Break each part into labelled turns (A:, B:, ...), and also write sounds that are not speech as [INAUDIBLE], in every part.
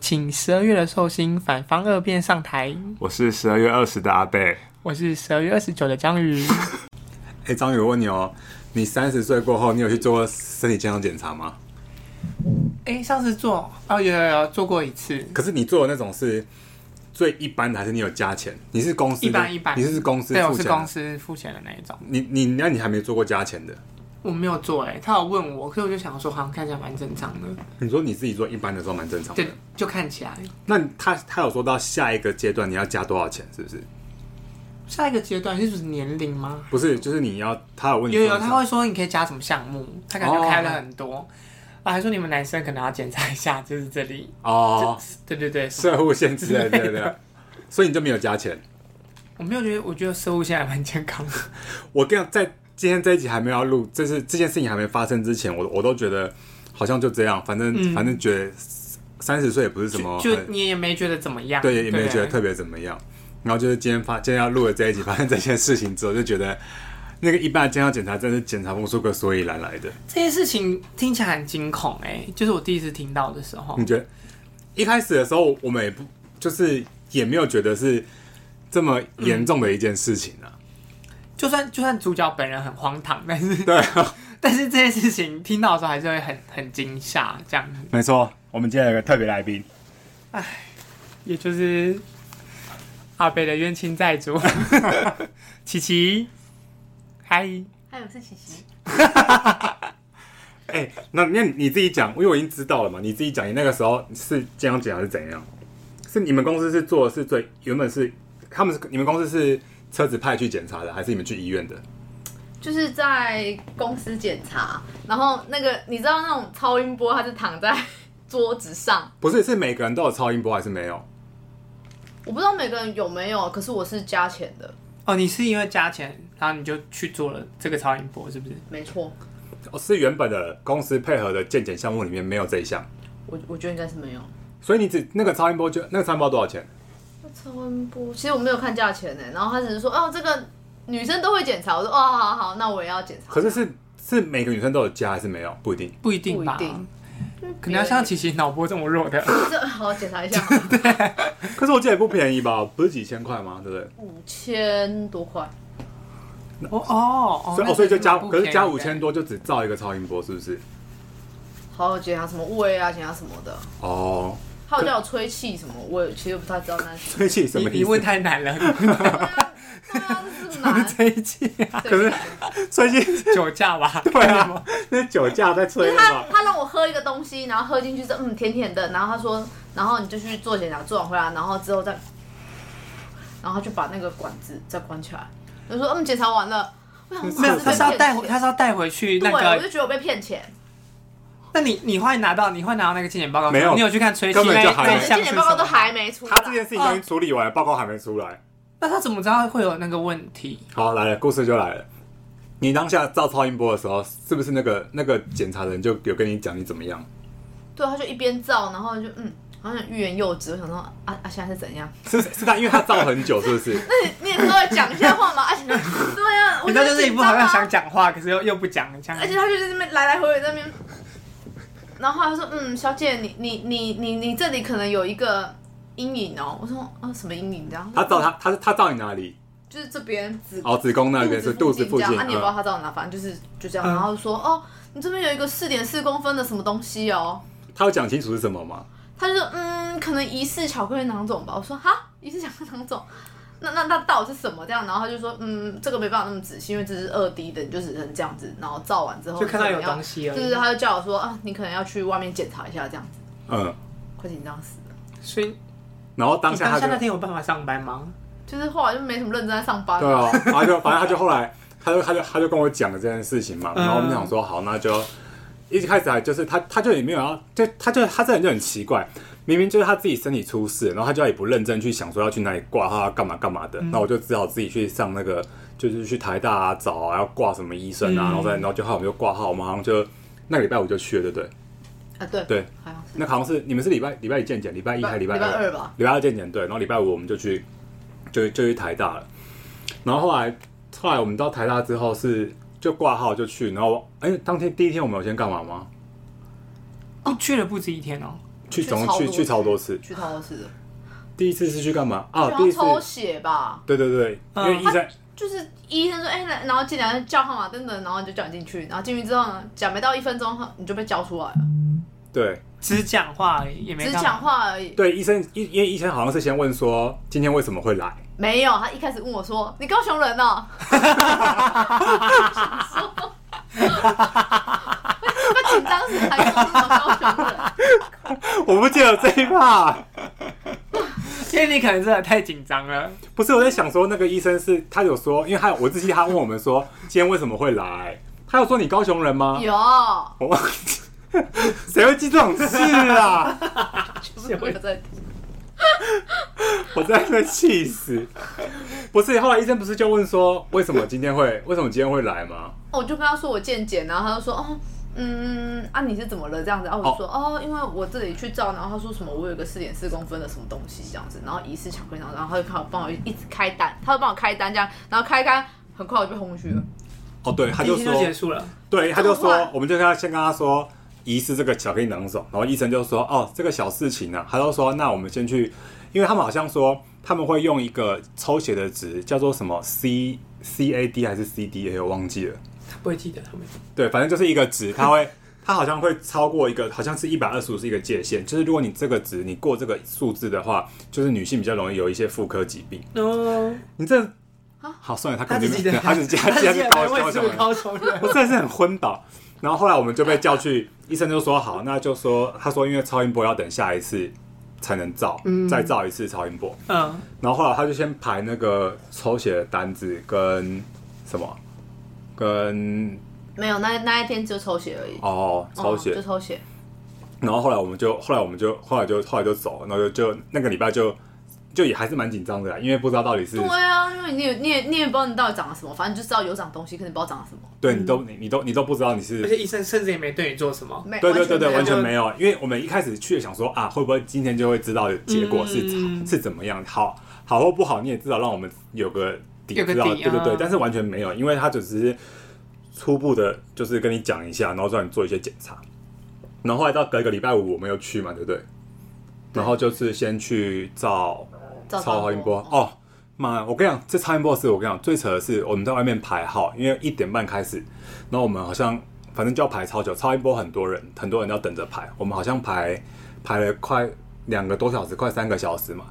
A: 请十二月的寿星反方二辩上台。
B: 我是十二月二十的阿贝。
A: 我是十二月二十九的章 [LAUGHS] 鱼。
B: 哎、章宇，我问你哦，你三十岁过后，你有去做身体健康检查吗？
A: 哎、上次做哦，有有有做过一次，
B: 可是你做的那种是最一般的，还是你有加钱？你是公司的
A: 一般一般。
B: 你是公司付
A: 对，
B: 钱
A: 我
B: 的？
A: 是公司付钱的那一种。
B: 你你那你还没做过加钱的？
A: 我没有做哎、他有问我，可是我就想说，好像看起来蛮正常的，
B: 你说你自己做一般的时候蛮正常的
A: 对，，就看起来。
B: 那他他有说到下一个阶段你要加多少钱，是不是？
A: 下一个阶段是指年龄吗？
B: 不是，就是你要他有问你
A: 有有，
B: 说你
A: 他会说你可以加什么项目，他感
B: 哦
A: 觉开了很多。啊，还说你们男生可能要检查一下， [LAUGHS] 就是这里，
B: 哦，
A: 对对对，
B: 社户限制对
A: 之类的
B: 对
A: [LAUGHS]
B: 对，所以你就没有加钱。
A: 我没有觉得，我觉得生物现在还蛮健康的。
B: 我跟你讲在今天这一集还没有要录，这是这件事情还没发生之前，我我都觉得好像就这样，反正、
A: 嗯
B: 反正觉得三十岁也不是什么
A: 就
B: 很
A: 你也没觉得怎么样，
B: 对，也没
A: 不
B: 觉得特别怎么样。然后就是今天发今天要录的这一集，发生这件事情之后，就觉得那个一般的健康检查真的是检查不出个所以然来的。
A: 这件事情听起来很惊恐哎、就是我第一次听到的时候
B: 你，觉得一开始的时候，我们也不就是也没有觉得是这么严重的一件事情啊。
A: 就算就算主角本人很荒唐，但是
B: 对啊，
A: [LAUGHS] 但是这件事情听到的时候还是会很很惊吓，这样子，
B: 没错。我们今天有个特别来宾，
A: 也就是阿北的冤亲债
B: [LAUGHS]
A: 主琪琪，嗨，
C: 还有是琪琪，
B: 哎、那那你自己讲，因为我已经知道了嘛，你自己讲，你那个时候是健康检查是怎样？是你们公司是做的是最原本是他们是你们公司是车子派去检查的，还是你们去医院的？
C: 就是在公司检查，然后那个你知道那种超音波，它是躺在桌子上，
B: 不是，是每个人都有超音波还是没有？
C: 我不知道每个人有没有，可是我是加钱的，
A: 哦，你是因为加钱，然后你就去做了这个超音波，是不是？
C: 没错，
B: 哦，是原本的公司配合的健检项目里面没有这一项，
C: 我我觉得应该是没有。
B: 所以你只那个超音波就那个超音波多少钱？
C: 那超音波，其实我没有看价钱呢，然后他只是说哦这个女生都会检查，我说哦好好好，那我也要检查，
B: 可是是是每个女生都有加还是没有？不一定。
A: 不一定吧，
C: 不一定
A: 可能要像琪琪脑波这么弱
C: [LAUGHS]
A: 的。
C: 这好检查一下好了，
B: 可是我记得也不便宜吧，不是几千块吗？对不对？
C: 五千多块，
A: 哦哦，哦
B: 所以
A: 那
B: 哦，所以
A: 真的
B: 就加，
A: 不
B: 可是
A: 便宜
B: 加
A: 欸
B: 五千。多就只照一个超音波，是不是？
C: 还有检查什么胃啊，检查什么的，
B: 哦， [LAUGHS]
C: 还有叫我吹气什么，我也其实不太知道那是。
B: 吹气什
A: 你
B: 么
A: 你
B: 意
A: 问
B: 思？
A: 太难了， [LAUGHS]
C: 对啊，对啊这是
A: 我
C: 哪
A: 们？这一季啊，
C: 对
B: 可是吹气 [LAUGHS]
A: 酒驾吧？
B: 对啊，那酒驾在吹了
C: 他
B: 吧？
C: 他让我喝一个东西，然后喝进去之后，嗯，甜甜的。然后他说，然后你就去做检查，做完回来，然后之后再，然后他就把那个管子再关起来。我就说，嗯，检查完了。我想
A: [LAUGHS]
C: 说
A: 没有，
C: 这
A: 他是
B: [LAUGHS]
A: 要带回，
C: 被
A: 他是要带回去那
C: 骗钱对，我
A: 个。
C: 就觉得我被骗钱。
A: 那你你后来拿到，你会拿到那个健检报告？
B: 没有
A: 你有去看吹气
B: 根本
A: 那
B: 就还没
A: 那
C: 对，
A: 一项是什
C: 健检
A: 么
C: 报告都还没出来
B: 他。这件事情都已经处理完了，报告还没出来。
A: 那他怎么知道会有那个问题？
B: 好，来了，故事就来了。你当下照超音波的时候，是不是那个那个检查人就有跟你讲你怎么样？
C: 对，他就一边照，然后就嗯，好像欲言又止。我想说，啊啊，现在
A: [LAUGHS]
C: 是怎样？
B: 是是他，因为他照很久，是不是？
C: 那你你也跟我讲一下话嘛。而且，对啊，我
A: 你知道，就是一
C: 紧
A: 副
C: 张
A: 好像
C: 啊。
A: 想讲话，可是又又不讲，这样
C: 而且他就在那边来来回回在那边，然后他说：“嗯，小姐，你你你你你这里可能有一个阴影哦。”我说：“啊，什么阴影？”这样
B: 他照他他是他照你哪里？
C: 就是这边子
B: 哦，子宫那边是肚子附
C: 这样
B: 近。
C: 啊，你也不知道
B: 嗯
C: 他照哪，反正就是就这样。
A: 嗯
C: 然后说：“哦，你这边有一个四点四公分的什么东西哦。
B: 他有讲清楚是什么吗？”
C: 他就说：“嗯，可能疑似巧克力囊肿吧。”我说：“哈，疑似巧克力囊肿。” [LAUGHS] 那那那到底是什么这样？然后他就说，嗯，这个没办法那么仔细，因为这是二 D 的，你就只能这样子。然后照完之后
A: 就看到有
C: 可能要
A: 东西而
C: 就
A: 已
C: 是。他就叫我说啊，你可能要去外面检查一下这样子，
B: 嗯，
C: 快紧张死了。
A: 所以
B: 然后当
A: 你
B: 下
A: 当
B: 他
A: 下那
B: 就
A: 天有办法上班吗？
C: 就是后来就没什么认真在上
B: [LAUGHS]
C: 班，
B: 对啊，然后就反正他就后来他就他就他就跟我讲了这件事情嘛，
A: 嗯
B: 然后我们想说好，那就一开始还就是他他就也没有要，就他就他这人就很奇怪，明明就是他自己身体出事，然后他就也不认真去想说要去哪里挂号啊干嘛干嘛
A: 嗯
B: 的，那、我就只好自己去上那个就是去台大啊找啊要挂什么医生啊，
A: 嗯
B: 然后再然后就后来我们就挂号，我们好像就那个礼拜五就去了，对不对？
C: 啊对
B: 对，
C: 好像是
B: 那好像是你们是礼拜礼拜一健检，礼拜一还是礼拜
C: 礼拜二吧，
B: 礼拜二健检对，然后礼拜五我们就去就就去台大了，然后后来后来我们到台大之后是就挂号就去，然后哎、当天第一天我们有先干嘛吗？
A: 不去了不止一天哦。
B: 去总
C: 超
B: 去
C: 多
B: 去超多次。
C: 去超多次的，
B: 第一次是去干嘛啊？
C: 然
B: 第
C: 后
B: 一次
C: 抽血吧，
B: 对对对，因
A: 嗯
B: 为医生
C: 就是医生说，哎、来然后进来叫号码等等，然后你就叫你进去，然后进去之后呢，讲没到一分钟，你就被叫出来了，
B: 对
A: 只讲话而已也没
C: 只
A: 干嘛
C: 讲话而已，
B: 对医生，因因为医生好像是先问说今天为什么会来， [LAUGHS]
C: 没有。他一开始问我说，你高雄人哦、我紧张死，还说什么高雄人？
B: 我不记得这一趴。
A: 因为你可能真的太紧张了。
B: 不是，我在想说那个医生是他有说，因为他我自己他问我们说今天为什么会来，他有说你高雄人吗？
C: 有，
B: 我忘记， [LAUGHS] 谁会记这种事啊？ [LAUGHS]
C: 全部有在听。
B: 我真的被气死。不是，后来医生不是就问说为什么今天会为什么今天会来吗？
C: 哦我就跟他说我健检，然后他就说哦。嗯啊，你是怎么了这样子？然、后我就说哦因为我这里去照，然后他说什么我有个四点四公分的什么东西这样子，然后疑似巧克力，然后他就看我帮我一直开单，他就帮我开单这样，然后开单很快我就被轰去了，
B: 哦，对，他
A: 第一
B: 就
A: 天
B: 说
A: 就结束了，
B: 对，他就
C: 这么快
B: 说，我们就跟他先跟他说，疑似这个巧克力囊肿，然后医生就说，哦，这个小事情呢、啊，他就说，那我们先去，因为他们好像说他们会用一个抽血的值，叫做什么 C C A D 还是 C D A，我忘记了，
A: 他不会记得他们。
B: 对，反正就是一个值，它会。它好像会超过一个，好像是一百二十五是一个界限，就是如果你这个值你过这个数字的话，就是女性比较容易有一些妇科疾病。
A: 哦，
B: 你这好算了，他
A: 他
B: 肯
A: 啊只
B: 定
A: 记得
B: 他只记他记
A: 只
B: 得
A: 记
B: 是
A: 得
B: 高
A: 我
B: 高
A: 也是
B: 雄
A: 个
B: 人
A: 高雄人。
B: [LAUGHS] 我真的是很昏倒。然后后来我们就被叫去，医生就说好，那就说他说因为超音波要等下一次才能照，再照一次超音波。
A: 嗯，
B: 然后后来他就先排那个抽血的单子跟什么，跟
C: 没有那那一天就抽血而已，
B: 哦抽血。
C: 嗯就抽血，
B: 然后后来我们就后来我们就后来就后来就走了，然后就就那个礼拜就就也还是蛮紧张的啦，因为不知道到底是
C: 对啊，因为你也你也你也不知道你到底长了什么，反正就知道有长东西，可是你不知道长了什么，
B: 对你都你你都你都不知道你是
A: 而且医生甚至也没对你做什么。
C: 没
B: 对对对对，完
C: 完全
B: 全
C: 没有
B: 没有，因为我们一开始去想说啊，会不会今天就会知道结果是、
A: 嗯
B: 是怎么样，好好或不好，你也至少让我们有个底，
A: 有个
B: 知道
A: 底
B: 对对对，
A: 啊
B: 但是完全没有，因为他就只是初步的，就是跟你讲一下，然后让你做一些检查，然后后来到隔一个礼拜五我们又去嘛，对不对？然后就是先去照
C: 照
B: 超音波
C: 超音
B: 哦，妈呀！我跟你讲，这超音波是我跟你讲最扯的是，我们在外面排号，因为一点半开始，然后我们好像反正就要排超久，超音波很多人，很多人要等着排，我们好像排排了快两个多小时，快三个小时嘛。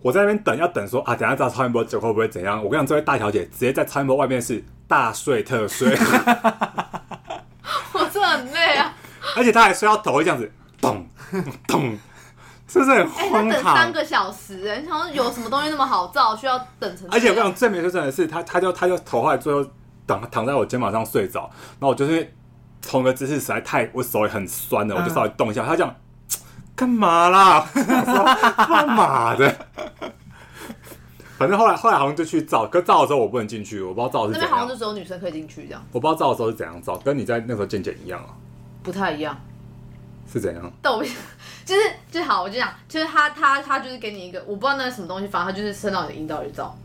B: 我在那边等，要等说啊，等一下照超音波就会不会怎样？我跟你讲，这位大小姐直接在超音波外面是大睡特睡，
C: [LAUGHS] [LAUGHS] 我真的很
B: [LAUGHS]
C: 累啊，
B: 而且她还睡到头会这样子咚咚， [LAUGHS] 是不是很
C: 哎、他
B: 荒
C: 等
B: 唐？啊
C: 三个小时、哎，你想说有什么东西那么好照，需要等成这样？
B: 而且我跟你讲，最没水准的是，他他就他就头后来最后躺躺在我肩膀上睡着，然后我就是同个姿势实在太，我手也很酸了，我就稍微动一下，他这样嘖干嘛啦？ [LAUGHS] 我说他妈的！反正后来后来好像就去照，可照的时候我不能进去，我不知道照的
C: 那
B: 是
C: 边
B: 怎
C: 好
B: 样
C: 像就，只有女生可以进去，这样
B: 我不知道照的时候是怎样照，跟你在那时候健检一样啊，
C: 不太一样。
B: 是怎样？
C: 但我就是就好，我就讲，就是他他他就是给你一个，我不知道那是什么东西，反正他就是伸到你的阴道里照，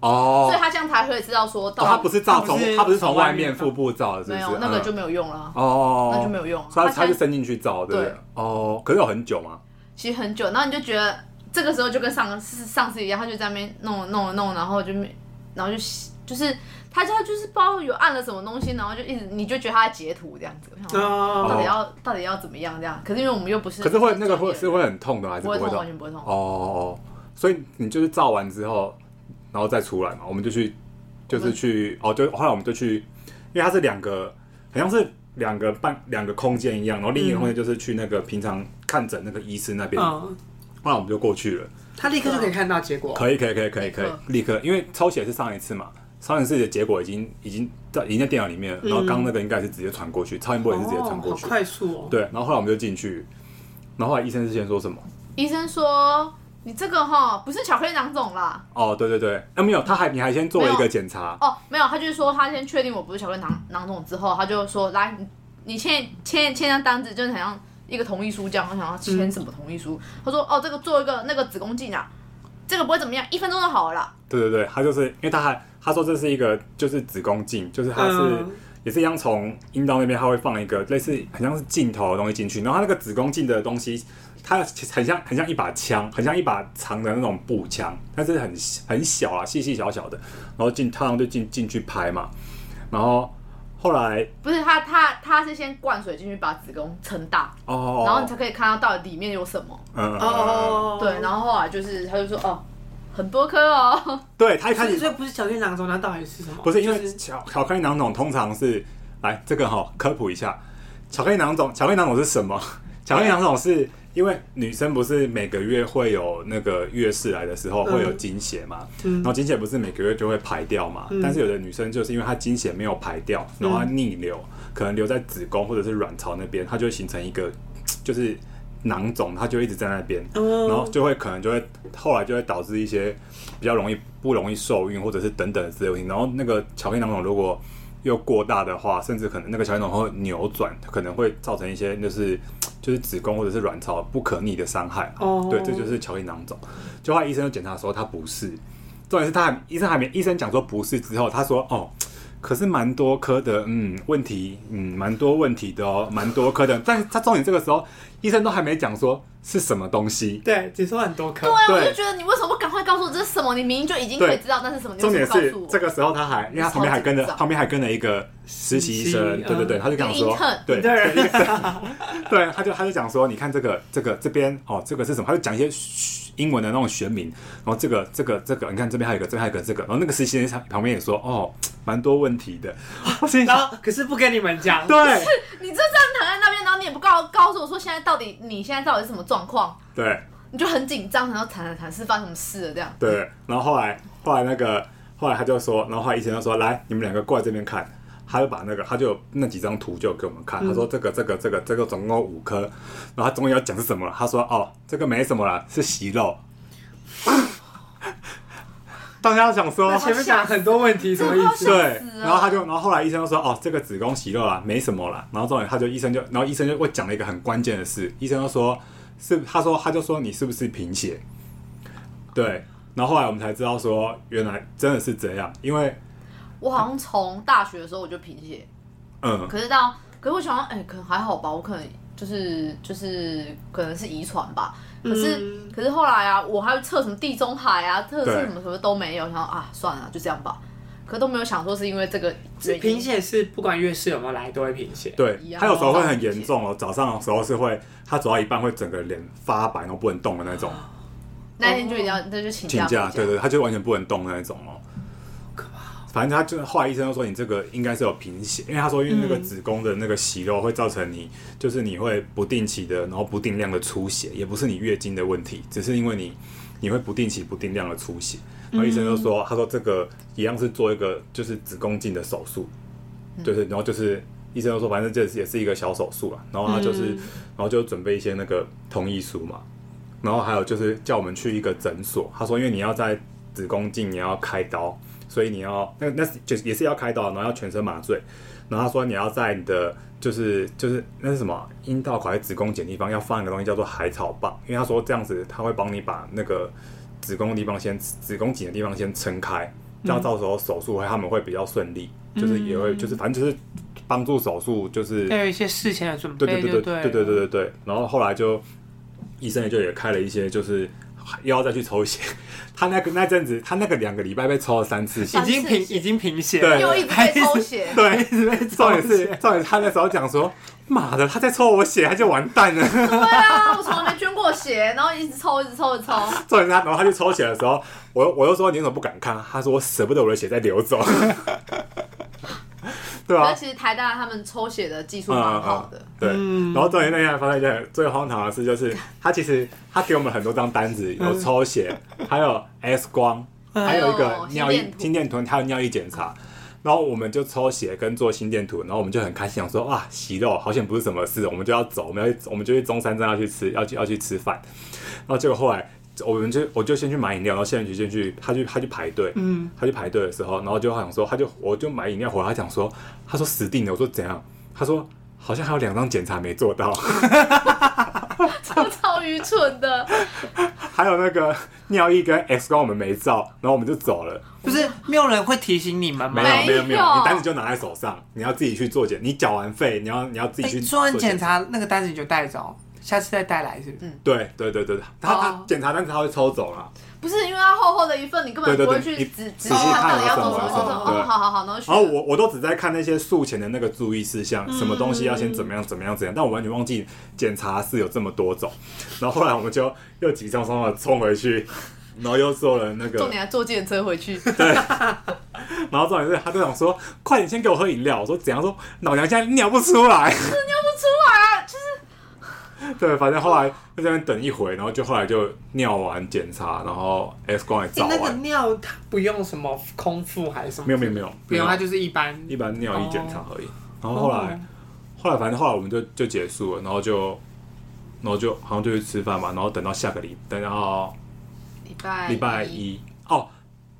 B: 哦
C: 所以，他这样才可以知道说
B: 哦
C: 到底、
B: 他不是照
A: 他
B: 从
A: 不是
B: 他不是从外面
A: 从外面
B: 腹部照的，是不
C: 没
B: 是
C: 有？那个就
B: 嗯
C: 没有用了，
B: 哦，
C: 那就没有用。
B: 所以他
C: 他
B: 他就
C: 现在
B: 伸进去照，对不对
C: 对？
B: 哦，可是有很久吗？
C: 其实很久，然后你就觉得这个时候就跟上次上次一样，他就在那边弄弄弄，然后就没，然后就就是他他就是不知道有按了什么东西，然后就一直你就觉得他在截图这样子，我想说
A: 哦，
C: 到底要到底要怎么样这样？可是因为我们又不是，
B: 可是会那个
C: 不
B: 会
C: 专
B: 是
C: 业
B: 会很痛的吗还
C: 的
B: 是
C: 不会
B: 会
C: 痛，
B: 痛
C: 完？全不会痛。
B: 哦哦，所以你就是照完之后，然后再出来嘛，我们就去就是去哦，就后来我们就去，因为它是两个，好像是两个半两个空间一样，然后另一个空间就是去那个平常看诊那个医师那边，
A: 嗯，
B: 后来我们就过去了。
A: 他立刻就可以看到结果。
B: 可以可以可以可以可以
C: 立刻，
B: 立刻，因为抽血是上一次嘛，上一次的结果已经已经在已经在电脑里面了，然后刚刚那个应该是直接传过去，超音波也是直接传过
A: 好
B: 去，
A: 快速哦。
B: 对，然后后来我们就进去，然后后来医生是先说什么？
C: 医生说你这个哈不是巧克力囊肿啦，
B: 哦，对对对，啊没有，他还你还先做了一个检查，
C: 哦没有，他就是说他先确定我不是巧克力囊囊肿之后，他就说来你你签签签张单子，就是好像一个同意书这样，我想要签什么同意书？他说哦这个做一个那个子宫镜啊，这个不会怎么样，一分钟就好了啦。
B: 对对对，他就是因为他还他说这是一个就是子宫镜，就是他是
A: 嗯
B: 有也是一样从阴道那边它会放一个类似很像是镜头的东西进去，然后它那个子宫镜的东西，它很像很像一把枪，很像一把长的那种步枪，但是很很小啊，细细小小的，然后进套上就进进去拍嘛，然后后来
C: 不是他他他是先灌水进去把子宫撑大，
B: 哦，
C: 然后你才可以看到到底里面有什么。
B: 嗯嗯嗯嗯
D: 哦，
C: 对，然后后来就是他就说哦，很多颗哦，
B: 对他一开
D: 所以
B: 始
D: 所以不是巧克力囊肿，那到底是什么？
B: 不是因
D: 就
B: 为巧巧克力囊肿通常是来这个哈、科普一下，巧克力囊肿巧克力囊肿是什么？ [LAUGHS] 巧克力囊肿是因为女生不是每个月会有那个月事来的时候
D: 嗯
B: 会有经血嘛，
D: 嗯
B: 然后经血不是每个月就会排掉嘛，
D: 嗯
B: 但是有的女生就是因为她经血没有排掉，然后她逆流，可能留在子宫或者是卵巢那边，它就会形成一个就是囊肿，它就一直在那边，
D: 哦
B: 然后就会可能就会后来就会导致一些比较容易不容易受孕，或者是等等之类的问题。然后那个巧克力囊肿如果又过大的话，甚至可能那个巧克力囊肿会扭转，可能会造成一些就是就是子宫或者是卵巢不可逆的伤害。啊
D: 哦
B: 对，这就是巧克力囊肿。就后来医生就检查说他不是，重点是他还医生还没医生讲说不是之后，他说哦。可是蛮多科的，嗯，问题，嗯，蛮多问题的哦，蛮多科的。但是他重点这个时候，医生都还没讲说是什么东西，
D: 对，只说很多颗
C: 对，啊，我
B: 对
C: 就觉得你为什么不赶快告诉我这是什么？你明明就已经可以知道，但是什么？你
B: 重
C: 为
B: 点
C: 什么
B: 是
C: 不告诉我？
B: 这个时候他还，因为他旁边还跟着
C: 超级紧张
B: 旁边还跟了一个实习医
D: 实
B: 生，
D: 习
B: 对对对，
D: 嗯
B: 他就跟我
C: 一
B: 说
C: 个 intern，
B: 对
D: 对，
B: 对，他就他就讲说，你看这个这个这边哦，这个是什么？他就讲一些嘘英文的那种学名，然后这个这个这个，你看这边还有一个，这边还有一个这个，然后那个实习生旁边也说，哦，蛮多问题的， [LAUGHS] 我心里
D: 然
B: 想，
D: 后可是不跟你们讲，
B: 对啊
C: 你就这样躺在那边，然后你也不告告诉我说现在到底你现在到底是什么状况，
B: 对。
C: 你就很紧张，然后惨惨惨，是发生什么事了这样？
B: 对，然后后来后来那个后来他就说，然后后来医生就说，来你们两个过来这边看，他就把那个他就有那几张图就给我们
D: 嗯
B: 看，他说这个这个这个这个总共有五颗，然后他终于要讲是什么了，他说哦这个没什么了，是息
D: [LAUGHS]
B: 肉。大家想说
D: 那前面讲很多问题，什么意思？
B: 对
C: 吓死，了
B: 然后他就，然后后来医生就说，哦，这个子宫息肉啦，没什么啦。然后重点，他就医生就，然后医生就会讲了一个很关键的事，医生就说，是，他说他就说你是不是贫血？对，然后后来我们才知道说，原来真的是这样，因为，
C: 我好像从大学的时候我就贫血，
B: 嗯，
C: 可是到，可是我想说，哎、可能还好吧，我可能就是就是可能是遗传吧。可是、
D: 嗯
C: 可是后来啊，我还要测什么地中海啊，测
B: 对
C: 测什么什么都没有，然后啊算了，就这样吧。可都没有想说是因为这个
D: 是
C: 原
D: 贫
C: 因，
D: 血是不管月事有没有来都会贫血，
B: 对
C: 一，样
B: 他有时候会很严重哦，早上的时候是会，他走到一半会整个脸发白，然后不能动的那种，
C: 那一天就一定
D: 哦
C: 要那就请
B: 请
C: 假
B: 假，
C: 假，
B: 对对，他就完全不能动的那种哦。
C: 哦
B: 反正他就后来医生就说你这个应该是有贫血，因为他说因为那
C: 嗯
B: 个子宫的那个息肉会造成你就是你会不定期的，然后不定量的出血，也不是你月经的问题，只是因为你你会不定期不定量的出血。然后医生就
C: 嗯
B: 说，他说这个一样是做一个就是子宫镜的手术，
C: 嗯
B: 就是然后就是医生就说反正这也是一个小手术啦，然后他就是、
D: 嗯
B: 然后就准备一些那个同意书嘛，然后还有就是叫我们去一个诊所，他说因为你要在子宫镜你要开刀，所以你要那那是就是也是要开刀，然后要全身麻醉，然后他说你要在你的就是就是那是什么阴道口还是子宫颈地方要放一个东西叫做海草棒，因为他说这样子他会帮你把那个子宫的地方先子宫颈的地方先撑开，这样到时候手术会他们会比较顺利，就是也会就是反正就是帮助手术
A: 哎
B: 就是
D: 要有一些事前的准
B: 对
D: 备，
B: 对
D: 就
B: 对
D: 对
B: 对对对对对。然后后来就医生也就也开了一些，就是又要再去抽血。他那个那阵子，他那个两个礼拜被抽了三次血
D: 已。经贫已经贫血
B: 对
C: 又一直被抽血，
B: 对，重点
D: 抽
B: 是
D: 血
B: 重点，他那时候讲说，妈的，他在抽我血，他就完蛋了。 [LAUGHS]
C: 对啊，我从来没捐过血，然后一直抽，一直抽，一直抽，
B: 重点是他，然后他去抽血的时候，我又我又说你为什么不敢看？他说我舍不得我的血在流走。 [LAUGHS] 对啊
C: 可，是其实台大他们抽血的技术
B: 嗯
C: 蛮好的，
B: 对，
D: 嗯
B: 然后重点那天还发生一件最荒唐的事，
C: [LAUGHS]
B: 就是他其实他给我们很多张单子，
C: 嗯
B: 有抽血，还有 X 光，还有一个尿液
C: 哎心电图
B: 心电图，还有尿液检查。然后我们就抽血跟做心电图，然后我们就很开心，想说哇，息肉好像不是什么事，我们就要走，我们要去我们就去中山站要去吃，要去要去吃饭。然后结果后来我们就我就先去买饮料，然后现在就先去他去他去排队，嗯，他去排队的时候，然后就想说他就我就买饮料回来，他讲说他说死定了，我说怎样？他说好像还有两张检查没做到，
C: [LAUGHS] 超超愚蠢的。
B: 还有那个尿液跟 X 光我们没照，然后我们就走了。
D: 不是没有人会提醒你们吗？
B: 没有
C: 没
B: 没有没有，
C: 有
B: 你单子就拿在手上，你要自己去做检，你缴完费，你要你要自己
D: 哎
B: 去
D: 做完
B: 做
D: 检。查那个单子你就带走，下次再带来是不是？
B: 对对对对对，他他
C: 哦
B: 检查单子他会抽走了，
C: 不是因为它厚厚的一份，你根
B: 对
C: 本
B: 对
C: 不会
B: 对
C: 去
B: 你
C: 仔
B: 仔
C: 仔
B: 细
C: 细
B: 看
C: 看到底
B: 它
C: 要
B: 怎
C: 做
B: 么
C: 什么做什
B: 了
C: 么。
B: 对
C: 哦，好好好，然后去
B: 然后
C: 了。
B: 我我都只在看那些术前的那个注意事项，什么东西要先怎么样怎么样怎样，但我完全忘记检查是有这么多种。然后后来我们就又急匆匆的冲回去，然后又做了那个，
C: 重点还坐电车回
B: [LAUGHS]
C: 去，
B: 然后重点是他队长说：“快点先给我喝饮料。”我说：“怎样？”说：“老娘现在尿不出来。”尿不出来，就是对，反正后来就在那边等一回，然后就后来就尿完检查，然后 X 光
A: 欸
B: 也照
D: 哎那个
B: 完，
D: 尿它不用什么空腹还是什么？
B: 没有没有没有，
D: 不用，它就是一般。
B: 一般尿液检查
C: 哦
B: 而已。然后后来后来反正后来我们就就结束了，然后就然后就好像就去吃饭嘛，然后等到下个礼等到
C: 礼拜
B: 礼拜一哦。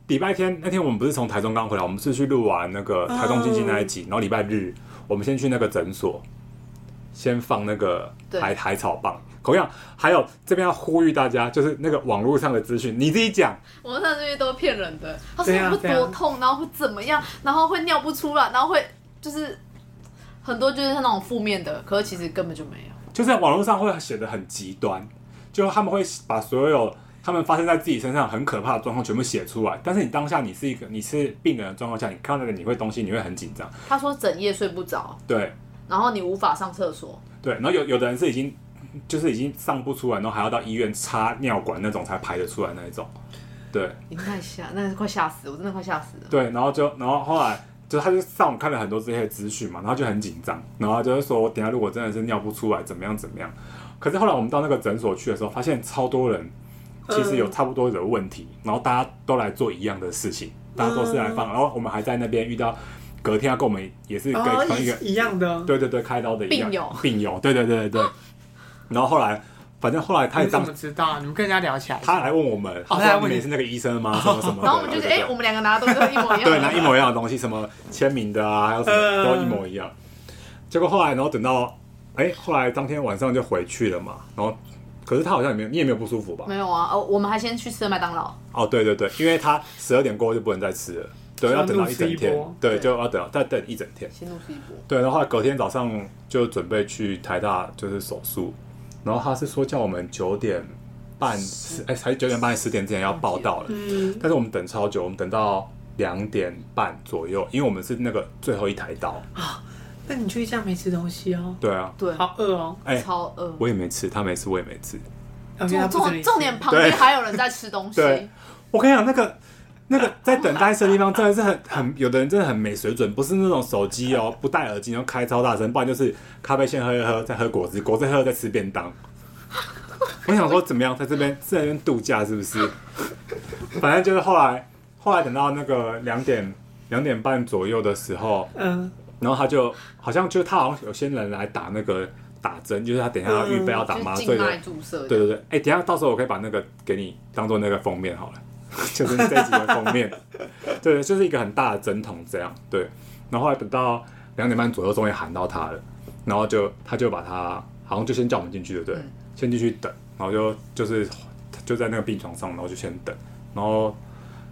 B: 礼拜天那天我们不是从台中刚回来，我们是去录完那个台中经济那一
C: 哦
B: 集，然后礼拜日我们先去那个诊所，先放那个
C: 对
B: 海海草棒。同样，还有这边要呼吁大家，就是那个网络上的资讯，你自己讲，
C: 我们上这些都骗人的，他说
D: 对啊
C: 会
D: 对啊
C: 多痛，然后会怎么样，然后会尿不出来，然后会就是很多就是那种负面的，可是其实根本就没有。
B: 就是网络上会写的很极端，就他们会把所有他们发生在自己身上很可怕的状况全部写出来。但是你当下你是一个你是病人的状况下，你看到那个你会东西，你会很紧张，
C: 他说整夜睡不着，
B: 对
C: 然后你无法上厕所，
B: 对。然后有有的人是已经就是已经上不出来，然后还要到医院插尿管那种才排得出来那一种，对
C: 你太吓，那快吓死，我真的快吓死了。
B: 对。然后就然后后来。就他就上网看了很多这些资讯嘛，然后就很紧张，然后他就是说，我等一下如果真的是尿不出来，怎么样怎么样。可是后来我们到那个诊所去的时候，发现超多人
D: 嗯
B: 其实有差不多的问题，然后大家都来做一样的事情，大家都是来放，然后我们还在那边遇到隔天要跟我们也是跟
D: 嗯哦
B: 同一个，
D: 一一样的。
B: 对对对，开刀的一样
C: 病友
B: 病友，对对对对对。然后后来，反正后来他
D: 你
B: 也
D: 们怎
B: 当
D: 么知道？你们跟人家聊起来？
B: 他来问我们，
D: 哦
B: 他
D: 他来
B: 说啊
D: 问你
B: 你们是那个医生吗？什么什么的，
C: [LAUGHS] 然后我们就是
B: [LAUGHS] 对对啊
C: 哎、
B: 对
C: 我们两个拿的东西都一模一样。
D: [LAUGHS]
B: [LAUGHS] 对，拿一模一样的东西，什么签名的啊，还有什
D: 嗯
B: 么都一模一样。结果后来，然后等到，哎，后来当天晚上就回去了嘛。然后，可是他好像也没有，你也没有不舒服吧？
C: 没有啊，哦，我们还先去吃了麦当劳，
B: 哦，对对对，因为他十二点过后就不能再吃了，对，
D: 就
B: 要
D: 要
B: 等到
D: 怒
B: 一
D: 吃
B: 整
D: 一
B: 天
D: 波，
B: 对，
C: 对
B: 就要等到再等一整天。
C: 先录是一波。
B: 对，然后后来隔天早上就准备去台大就是手术，然后他是说叫我们九点半十哎，才九点半十点之前要报到了，
D: 嗯，
B: 但是我们等超久，我们等到两点半左右，因为我们是那个最后一台刀。
D: 那你去这样没吃东西哦，
B: 对啊，
C: 对，
D: 好饿哦。
B: 哎，
C: 超饿。
B: 我也没吃，他没吃，我也没吃。
D: 重
C: 重重重点旁
B: 对
C: 边还有人在吃东西，
B: 对我跟你讲，那个那个在等待车的地方真的是很很，有的人真的很没水准，不是那种手机哦，不戴耳机然后开超大声，不然就是咖啡先喝一喝，再喝果汁，果汁喝了再吃便当。我想说怎么样，在这边在这边度假是不是？反正就是后来后来等到那个两点两点半左右的时候，
D: 嗯，
B: 然后他就好像就他好像有些人来打那个打针，就是他等一下要预备要打麻
C: 哦就是
B: 醉
C: 静
B: 的
C: 脉注射。
B: 对，对对，哎、等一下到时候我可以把那个给你当做那个封面好了，就是这一集的封面。对，就是一个很大的针筒这样。对，然后后来等到两点半左右，终于喊到他了，然后就他就把他好像就先叫我们进去，对不对？
C: 嗯
B: 先进去等，然后就就是就在那个病床上，然后就先等，然后。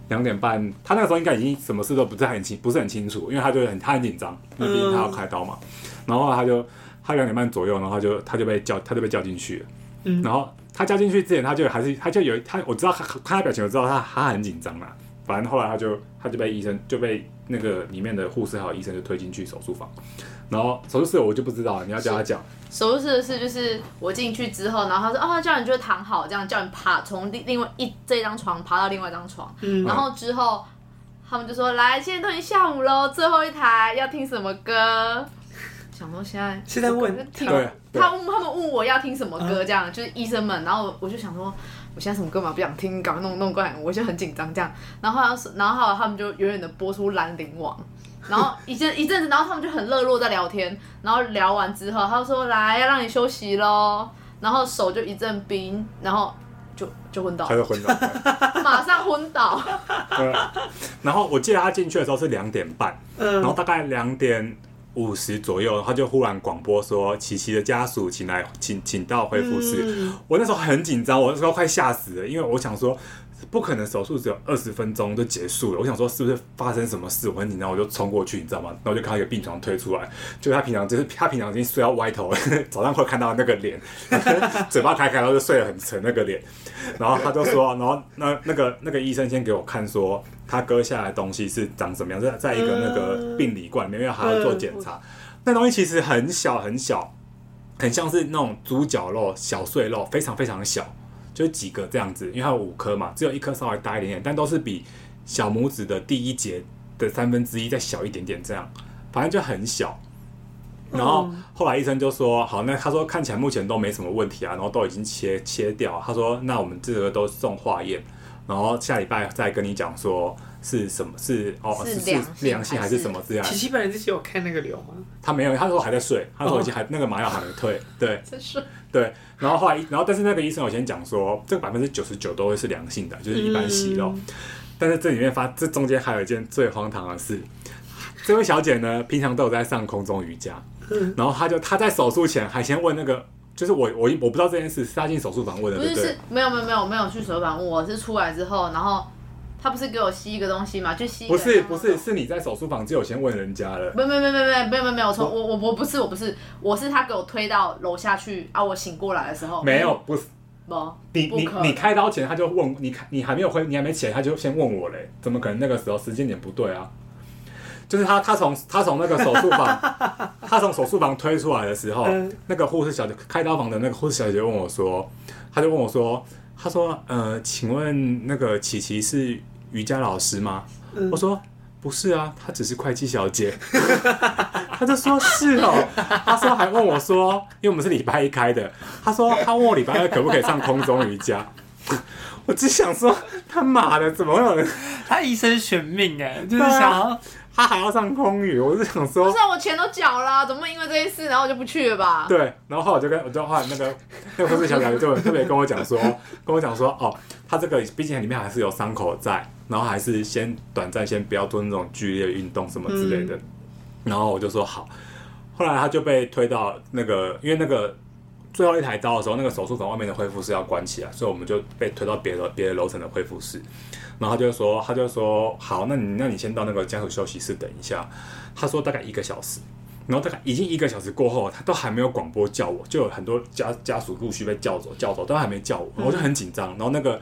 B: 两点半，他那个时候应该已经什么事都不是很清，不是很清楚，因为他就很他很紧张，因为毕竟他要开刀嘛。然后他就他两点半左右，然后他就他就被叫他就被叫进去了。
D: 嗯
B: 然后他叫进去之前，他就还是他就有他，我知道他看他表情，我知道他他很紧张啦。啊反正后来他就他就被医生就被那个里面的护士还有医生就推进去手术房，然后手术室我就不知道，你要叫他讲，
C: 手术室的事就是我进去之后，然后他说啊、叫你就躺好，这样叫你爬从另另外一这张床爬到另外一张床，
D: 嗯
C: 然后之后他们就说来，现在都已经下午喽，最后一台要听什么歌？想说现在
D: 是在问
C: 听
B: 对对嗯
C: 他问他们问我要听什么歌，这样、就是医生们，然后我就想说。我现在什么歌嘛不想听，赶快弄弄过来，我就很紧张这样。然后好像是，然后后来他们就远远的播出《兰陵王》，然后一阵一阵子，然后他们就很热络在聊天，然后聊完之后，他就说来要让你休息喽，然后手就一阵冰，然后就就昏倒
B: 他，就昏倒
D: [LAUGHS]
B: 了。
C: 马上昏 [LAUGHS] 倒。
B: 对然后我记得他进去的时候是两点半，
D: 嗯
B: 然后大概两点五十左右，他就忽然广播说：“琪琪的家属，请来，请请到恢复
D: 嗯
B: 室。
A: 嗯
B: 我那时候很紧张，我那时候快吓死了，因为我想说，不可能手术只有二十分钟就结束了。我想说，是不是发生什么事？我很紧张，我就冲过去，你知道吗？然后我就看到一个病床推出来，就是他平常就是他平常已经睡到歪头了， [LAUGHS] 早上会看到那个脸，嘴巴开开，然后就睡得很沉那个脸。然后他就说，然后那那个那个医生先给我看说，他割下来的东西是长什么样，在在一个那个病理罐里面，因为还
C: 嗯
B: 要做检查。那东西其实很小很小，很像是那种猪脚肉、小碎肉，非常非常小，就是几个这样子。因为它有五颗嘛，只有一颗稍微大一点点，但都是比小拇指的第一节的三分之一再小一点点这样，反正就很小。然后后来医生就说：“好，那他说看起来目前都没什么问题啊，然后都已经切切掉。”他说：“那我们这个都送化验，然后下礼拜再跟你讲说是什么是哦
C: 是
B: 是
C: 良性
B: 良性还
C: 还
B: 是
C: 是
B: 什么之类的。
A: 琪”琪本人自己有看那个瘤吗？
B: 他没有，他说还在睡，他说已经还、那个麻药还没退，对
C: 真是
B: 对。然后后来，然后但是那个医生有先讲说，这个百分之九十九都会是良性的，就是一般息肉。但是这里面发，这中间还有一件最荒唐的事，这位小姐呢，平常都有在上空中瑜伽，然后她就她在手术前还先问那个，就是我我我不知道这件事是她进手术房问的，
C: 不
B: 对
C: 是
B: 对
C: 是？没有没有没有没有去手板屋，我是出来之后，然后他不是给我吸一个东西嘛，就吸一个
B: 不是不是，是你在手术房就有先问人家了。
C: 没有没有没有没有没有没有没有，我从我我我不是我不是，我是他给我推到楼下去啊，我醒过来的时候
B: 没有，不是
C: 不，
B: 你
C: 不
B: 你
C: 可
B: 你
C: 能
B: 开刀前他就问你，开你还没有回，你还没起来，他就先问我嘞，怎么可能那个时候时间点不对啊？就是他他从他从那个手术房，他从手术房推出来的时候，
A: 嗯
B: 那个护士小姐开刀房的那个护士小姐问我说，他就问我说，他说呃，请问那个琪琪是瑜伽老师吗？我说不是啊，她只是会计小姐。他就说是哦，他说还问我说，因为我们是礼拜一开的，他说他问我礼拜二可不可以上空中瑜伽，我只想说他妈的怎么会有人
A: 他一生选命哎，就是
B: 对啊
A: 想要
B: 他还要上空宇，我是想
C: 不
B: 说
C: 是、啊、我钱都缴了啊、怎么会因为这件事然后我就不去了吧？
B: 对，然后后来我就跟我就后来那个 [LAUGHS] 那个护士小姐就特别跟我讲说， [LAUGHS] 跟我讲说哦，他这个毕竟里面还是有伤口在，然后还是先短暂先不要做那种剧烈运动什么之类的，然后我就说好，后来他就被推到那个因为那个。最后一台刀的时候，那个手术房外面的恢复室要关起来，所以我们就被推到别的别的楼层的恢复室。然后他就说，他就说，好，那你那你先到那个家属休息室等一下。他说大概一个小时，然后大概已经一个小时过后，他都还没有广播叫我，就有很多家家属陆续被叫走，叫走都还没叫我，我就很紧张。然后那个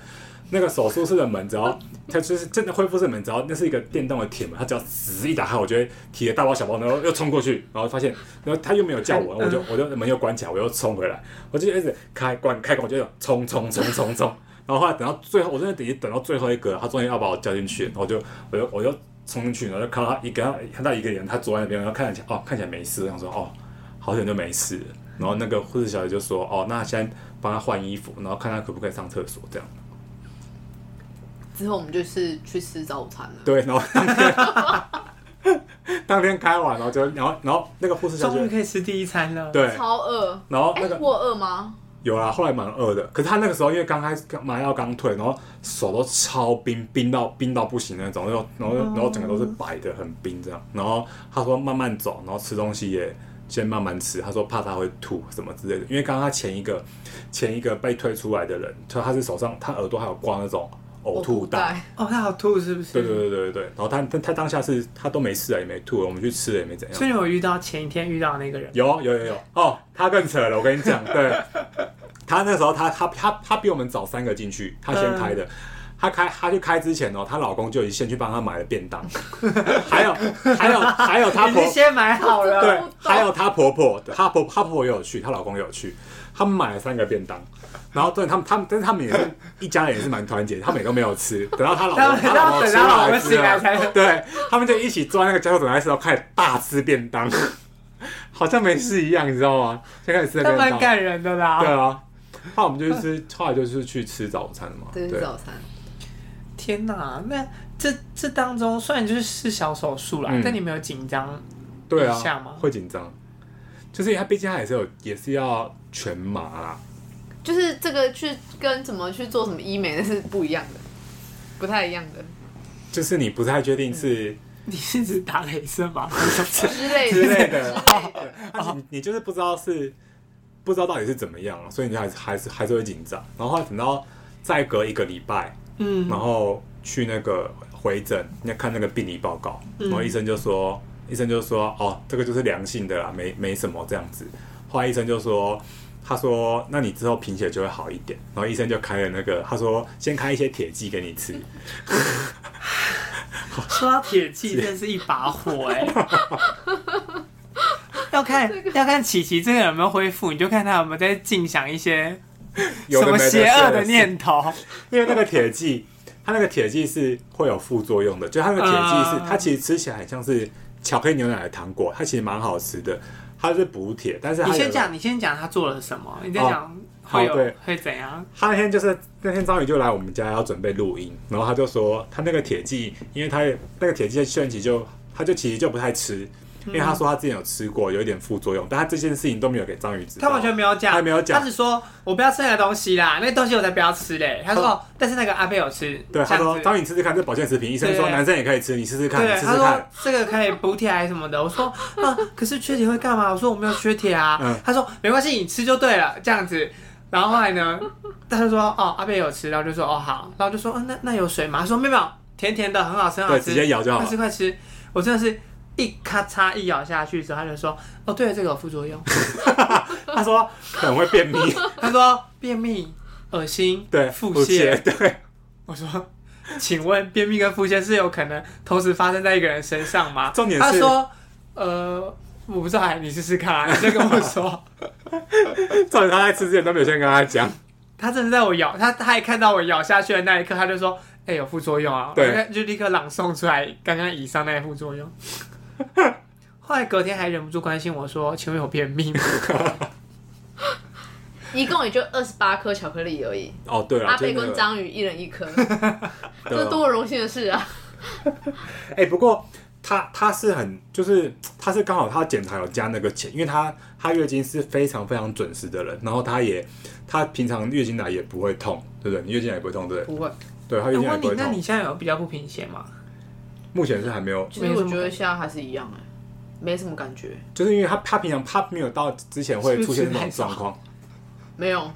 B: 那个手术室的门，只要它就是真的恢复室的门，只要那是一个电动的铁门，它只要死一打开，我就会提着大包小包，然后又冲过去，然后发现，然后他又没有叫我，我就我就门又关起来，我又冲回来，我就一直开关开关，我就冲冲冲冲冲。然后后来等到最后，我真的等等到最后一个，他终于要把我叫进去，然后我就我就我就冲进去，然后就看到他一个看到一个人，他坐在那边，然后看起来哦看起来没事，我想说哦好久就没事了。然后那个护士小姐就说哦，那先帮他换衣服，然后看他可不可以上厕所这样。
C: 之后我们就是去吃早午餐了。
B: 对，然后当天当天开完，然后就然后然后那个护士小
A: 终于
B: 姐
A: 可以吃第一餐了。，
B: 啊对，
C: 超饿。
B: 然后
C: 哎、
B: 那个
C: 我饿吗？
B: 有啦，后来蛮饿的，可是他那个时候因为刚开始麻药刚退，然后手都超冰，冰到冰到不行那种，然后然后然后整个都是白的，很冰这样。然后他说慢慢走，然后吃东西也先慢慢吃，他说怕他会吐什么之类的，因为刚刚他前一个前一个被推出来的人，他他是手上他耳朵还有挂那种呕吐袋，
C: 袋。
A: 哦，他好吐是不是？
B: 对对对对对对。然后他他他当下是他都没事啊了，也没吐了，我们去吃了也没怎样
A: 所。以我遇到前一天遇到的那个人，
B: 有有有有哦，他更扯了，我跟你讲，对， [LAUGHS] 他那时候他他他他比我们早三个进去，他先开的。他开，他去开之前哦，她老公就已经先去帮她买了便当， [LAUGHS] 还有还有还有她
A: 已
B: 婆
A: 经先买好了。
B: 对
C: 不懂，
B: 还有她婆婆，她婆她婆婆也有去，她老公也有去，他们买了三个便当，然后对他们他们，但是他们也是一家人也是蛮团结，他们也都没有吃，等到她老
A: 他
B: 公
A: 们
B: 她
A: 然
B: 老
A: 后 [LAUGHS]
B: 公
A: 等
B: 吃
A: 到老
B: 完
A: 公
B: 之
A: 醒来
B: 后，
A: 才
B: 对他们就一起坐在那个家属等待室，然后开始大吃便当， [LAUGHS] 好像没事一样，你知道吗？先开始吃那
A: 他
B: 便
A: 蛮
B: 当，
A: 感人的
B: 对
A: 啦。
B: 啊。后来我们就去吃，后来就是去吃早餐嘛，
C: 这
B: 对
C: 是早餐。
A: 天哪，那这这当中虽然就是是小手术啦
B: 嗯，
A: 但你没有紧张
B: 对
A: 一下吗
B: 啊，会紧张，就是因为他毕竟他也是有也是要全麻啦，
C: 就是这个去跟怎么去做什么医美那是不一样的，不太一样的。
A: 嗯
B: 就是你不太确定是
A: 你是指打雷射吗？
C: 之类
B: 之类
C: 的。
B: 的。啊你你就是不知道是不知道到底是怎么样了，啊所以你还是还是还是会紧张。然后等到再隔一个礼拜，
A: [LAUGHS] 嗯
B: 然后去那个回诊，你要看那个病理报告，
A: 嗯
B: 然后医生就说，医生就说，哦，这个就是良性的啦，没没什么这样子。后来医生就说，他说，那你之后贫血就会好一点。然后医生就开了那个，他说先开一些铁剂给你吃，
A: 说到铁器，真是一把火
B: [LAUGHS]
A: 哎、要看要看琪琪这个有没有恢复，你就看他有没有在尽想一些
B: 有
A: 什
B: 的
A: 么
B: 没的
A: 邪恶
B: 是
A: 的念头。
B: 因为那个铁剂，它那个铁剂是会有副作用的，就它那个铁剂是、
A: 啊
B: 它其实吃起来很像是巧克力牛奶的糖果，它其实蛮好吃的，它是补铁，但是它
A: 你
B: 有哦
A: 先讲，你先讲他做了什么，你再讲
B: 好
A: 会有、
B: 对
A: 会怎样？
B: 他那天就是那天章鱼就来我们家要准备录音，然后他就说他那个铁剂，因为他那个铁剂的炫奇就他就其实就不太吃，
A: 嗯
B: 因为他说他之前有吃过，有一点副作用，但他这件事情都没有给章鱼知道。
A: 他完全没有讲，
B: 他没有讲
A: 他只说我不要吃那个东西啦，那个东西我才不要吃嘞。他说，
B: 他
A: 哦，但是那个阿贝有吃，
B: 对他说：“
A: 这样
B: 章
A: 子
B: 鱼你吃吃看，这保健食品。”医生说：“
A: 对
B: 男生也可以吃，你试试看，你
A: 对，
B: 试
A: 他
B: 试
A: 说
B: 看。
A: 这个可以补铁还是什么的。我说，啊，可是缺铁会干嘛？我说我没有缺铁啊。
B: 嗯
A: 他说没关系，你吃就对了，这样子。然后后来呢，他就说，哦，阿贝有吃，然后就说，哦好，然后就说，嗯、那那有水吗？他说没有没有，甜甜的，很好吃，”很好
B: 对，
A: 吃
B: 直，接咬就好
A: 快
B: 了
A: 吃。快吃。我真的是一咔嚓一咬下去之后，他就说，哦对了，这个有副作用。
B: 他说：“可能会便秘。”
A: 他说便秘、恶心、
B: 对，
A: 腹
B: 腹
A: 泻。
B: 对，
A: 我说，请问便秘跟腹泻是有可能同时发生在一个人身上吗？
B: 重点是
A: 他说，呃，我不知道，哎你试试看、
B: [LAUGHS]
A: 啊，你先跟我说。
B: 照理他在吃之前都没有先跟他讲，
A: 他真的在我咬他，他一看到我咬下去的那一刻，他就说。哎、有副作用啊！
B: 对
A: 我就就立刻朗诵出来刚刚以上那些副作
B: [LAUGHS]
A: 用。后来隔天还忍不住关心我说：“请问有便秘吗
C: 一共也就二十八颗巧克力而已，
B: [LAUGHS] 哦，对了，
C: 阿
B: 就
C: 贝
B: 是那个
C: 跟章鱼一人一颗，
B: 对
C: 这
B: 啊
C: 多么荣幸的事啊！
B: 哎、不过他他是很，就是他是刚好他检查有加那个钱，因为他他月经是非常非常准时的人，然后他也他平常月经来也不会痛，对不对？你月经来也不会痛，对不对？
C: 不会，
B: 对，他？”
A: 哎
B: 月
A: 我
B: 经来
A: 问
B: 也不
A: 你
B: 会，
A: 那你
B: 痛。
A: 现在有比较不贫血吗？
B: 目前是还没有，
C: 其实我觉得现在还是一样哎、没什么感觉，
B: 就是因为他他平常他没有到之前会出现那种状况，
C: 没有。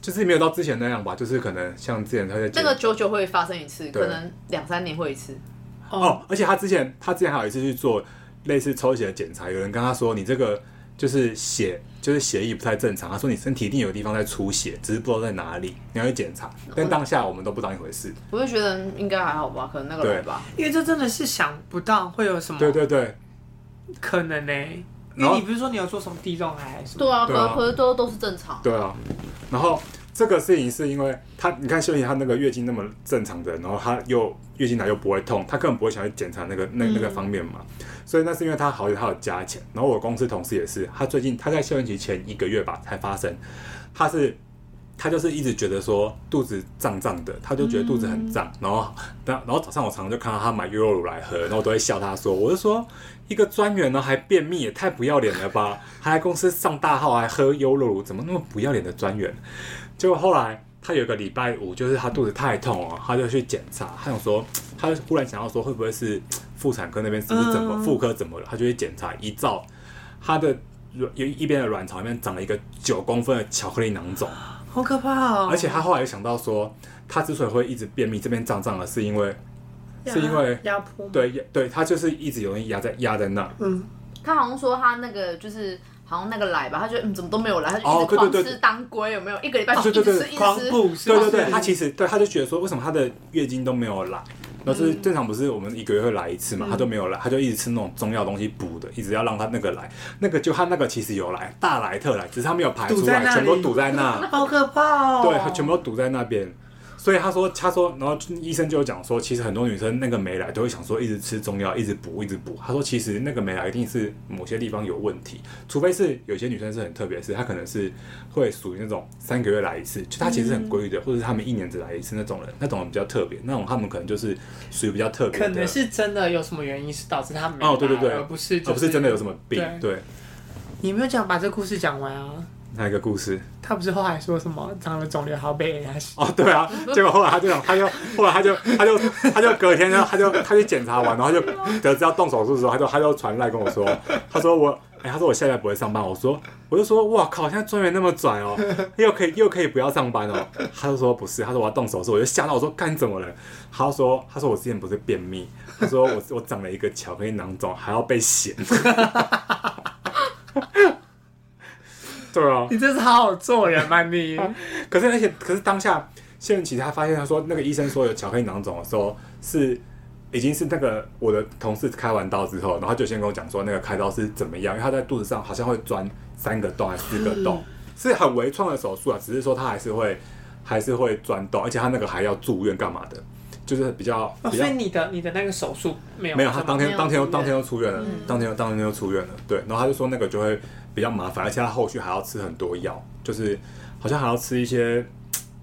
B: 就是没有到之前那样吧，就是可能像之前他在
C: 那
B: 检
C: 个久久会发生一次，
B: 对
C: 可能两三年会一次。
B: 哦，而且他之前他之前还有一次去做类似抽血的检查，有人跟他说你这个就是血就是血液不太正常，他说你身体一定有地方在出血，只是不知道在哪里，你要去检查。但当下我们都不当一回事。
C: 我就觉得应该还好吧，可能那个人吧。
A: 因为这真的是想不到会有什么
B: 对对对，
A: 可能呢、因
B: 然后
A: 为你不是说你有做什么地中海还是什么？
C: 对啊，
B: 对啊
C: 可可是都都是正常。
B: 对啊，然后这个事情是因为她，你看秀妍她那个月经那么正常的，然后她又月经来又不会痛，她根本不会想去检查那个那那个方面嘛。所以那是因为她好像她有加钱，然后我公司同事也是，她最近她在休孕期前一个月吧才发生，她是。她就是一直觉得说肚子胀胀的，她就觉得肚子很胀，然后，但然后早上我常常就看到她买优酪乳来喝，然后我都会笑她说，我就说一个专员呢还便秘，也太不要脸了吧！ [LAUGHS] 还来公司上大号，还喝优酪乳，怎么那么不要脸的专员？结果后来他有一个礼拜五，就是他肚子太痛了，他就去检查，他想说，他忽然想到说会不会是妇产科那边是不是怎么、
A: 嗯
B: 妇科怎么了？他就去检查，一照他的卵有一边的卵巢里面长了一个九公分的巧克力囊肿。
A: 好可怕哦！
B: 而且他后来又想到说，他之所以会一直便秘，这边胀胀的，是因为
A: 嗯压
B: 是因为
A: 压迫吗，
B: 对对，他就是一直有人压在压在那。
A: 嗯，
C: 他好像说他那个就是好像那个来吧，他觉得嗯怎么都没有来，他就
B: 哦
C: 一直
B: 对
C: 狂
B: 对对
C: 吃当归，有没有？一个礼拜
B: 啊
C: 就一
B: 对
C: 直
B: 对对
C: 吃一
A: 狂
C: 直吃。
A: 补是
B: 对
A: 不
B: 对
A: 是？
B: 对，他其实对他就觉得说，为什么他的月经都没有来？然后就是正常不是我们一个月会来一次
A: 嗯
B: 嘛，他都没有来，他就一直吃那种中药东西补的，一直要让他那个来，那个就他那个其实有来，大来特来，只是他没有排
A: 堵
B: 出
A: 在
B: 来，
A: 那
B: 全部
A: 里
B: 堵在那。
A: 好可怕哦！
B: 对，他全部都堵在那边。所以他说，他说，然后医生就有讲说，其实很多女生那个没来都会想说一直吃中药，一直补，一直补。他说，其实那个没来一定是某些地方有问题，除非是有些女生是很特别，是她可能是会属于那种三个月来一次，就她其实很规律的，或者是她们一年只来一次那种人，那种人比较特别，那种他们可能就是属于比较特别的，
A: 可能是真的有什么原因是导致他没
B: 哦对对对
A: 来而不是、
B: 而不是真的有什么病，
A: 对
B: 对，
A: 么。你没有讲把这故事讲完啊？
B: 哪一个故事？
A: 他不是后来说什么长了肿瘤还要被人家洗？
B: 哦，对啊，结果后来他就想，他就后来他就他就他就隔天呢，他就他去检查完，然后就得知要动手术的时候，他就他就传来跟我说，他说我，哎、他说我下礼拜不会上班，我说我就说，哇靠，现在专员那么拽哦，又可以又可以不要上班哦，他就说不是，他说我要动手术，我就吓到我说干怎么了？他就说他说我之前不是便秘，他说我我长了一个巧克力囊肿，还要被嫌。 [LAUGHS] 对啊，
A: 你真是好好做人嘛 [LAUGHS] 你！
B: 可是而且可是当下谢仁奇他发现他说那个医生说有巧克力囊肿的时候是已经是那个我的同事开完刀之后，然后他就先跟我讲说那个开刀是怎么样，因为他在肚子上好像会钻三个洞还是四个洞，是很微创的手术啊，只是说他还是会还是会钻洞，而且他那个还要住院干嘛的，就是比较
A: 哦，
B: 比
A: 所
B: 较
A: 以你的你的那个手术没有
B: 没有，他
A: 这么
B: 当
C: 没
B: 天
C: 有
B: 当天又当天
C: 住院
B: 又出院了
C: 嗯，
B: 当天又当天又出院了。对，然后他就说那个就会比较麻烦，而且他后续还要吃很多药，就是好像还要吃一些，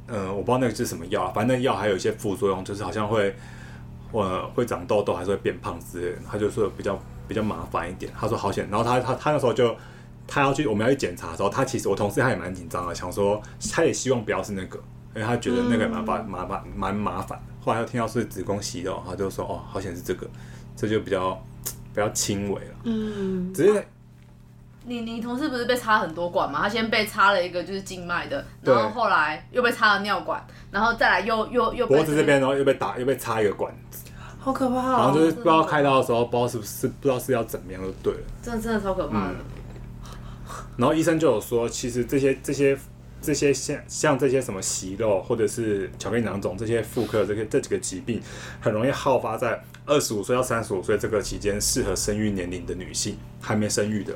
B: 嗯，我不知道那个是什么药啊，反正那个药还有一些副作用，就是好像会，呃，会长痘痘，还是会变胖之类的。他就说比较比较麻烦一点，他说好险。然后他他他那时候就。他要去，我们要去检查的时候，他其实我同事他也蛮紧张的，想说他也希望不要是那个，因为他觉得那个蛮麻麻烦蛮麻烦。后来他听到是子宫息肉，他就说哦，好险是这个，这就比较比较轻微了。嗯，只是
C: 你你同事不是被插很多管吗？他先被插了一个就是静脉的，
B: 对
C: 然后后来又被插了尿管，然后再来又又又被
B: 脖子这边，然后又被打，又被插一个管，
A: 好可怕、
B: 然后
A: 哦！
B: 就是不知道开刀的时候，不知道是不是不知道是要怎么样就对了。
C: 真的真的超可怕的。
B: 嗯然后医生就有说，其实这些这些这些像像这些什么息肉或者是巧克力囊肿这些妇科这些这几个疾病，很容易好发在二十五岁到三十五岁这个期间，适合生育年龄的女性还没生育的，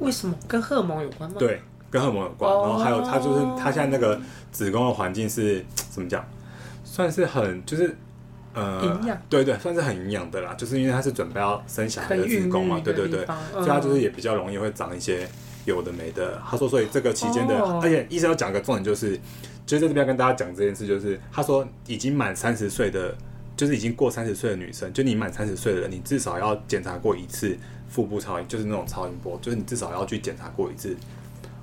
A: 为什么跟荷尔蒙有关吗？，
B: 对，跟荷尔蒙有关。
A: 哦
B: 然后还有它就是它现在那个子宫的环境是怎么讲，算是很就是。呃，
A: 营养
B: 对对，算是很营养的啦，就是因为它是准备要生小孩
A: 很
B: 的
A: 孕
B: 子宫嘛
A: 育，
B: 对
A: 的
B: 对
A: 地
B: 对，
A: 方，嗯
B: 所以它就是也比较容易会长一些有的没的。他说，所以这个期间的，
A: 哦
B: 而且医生有讲一个重点就是，就是在这边要跟大家讲这件事，就是他说已经满三十岁的，就是已经过三十岁的女生，就你满三十岁的人，你至少要检查过一次腹部超音，就是那种超音波，就是你至少要去检查过一次。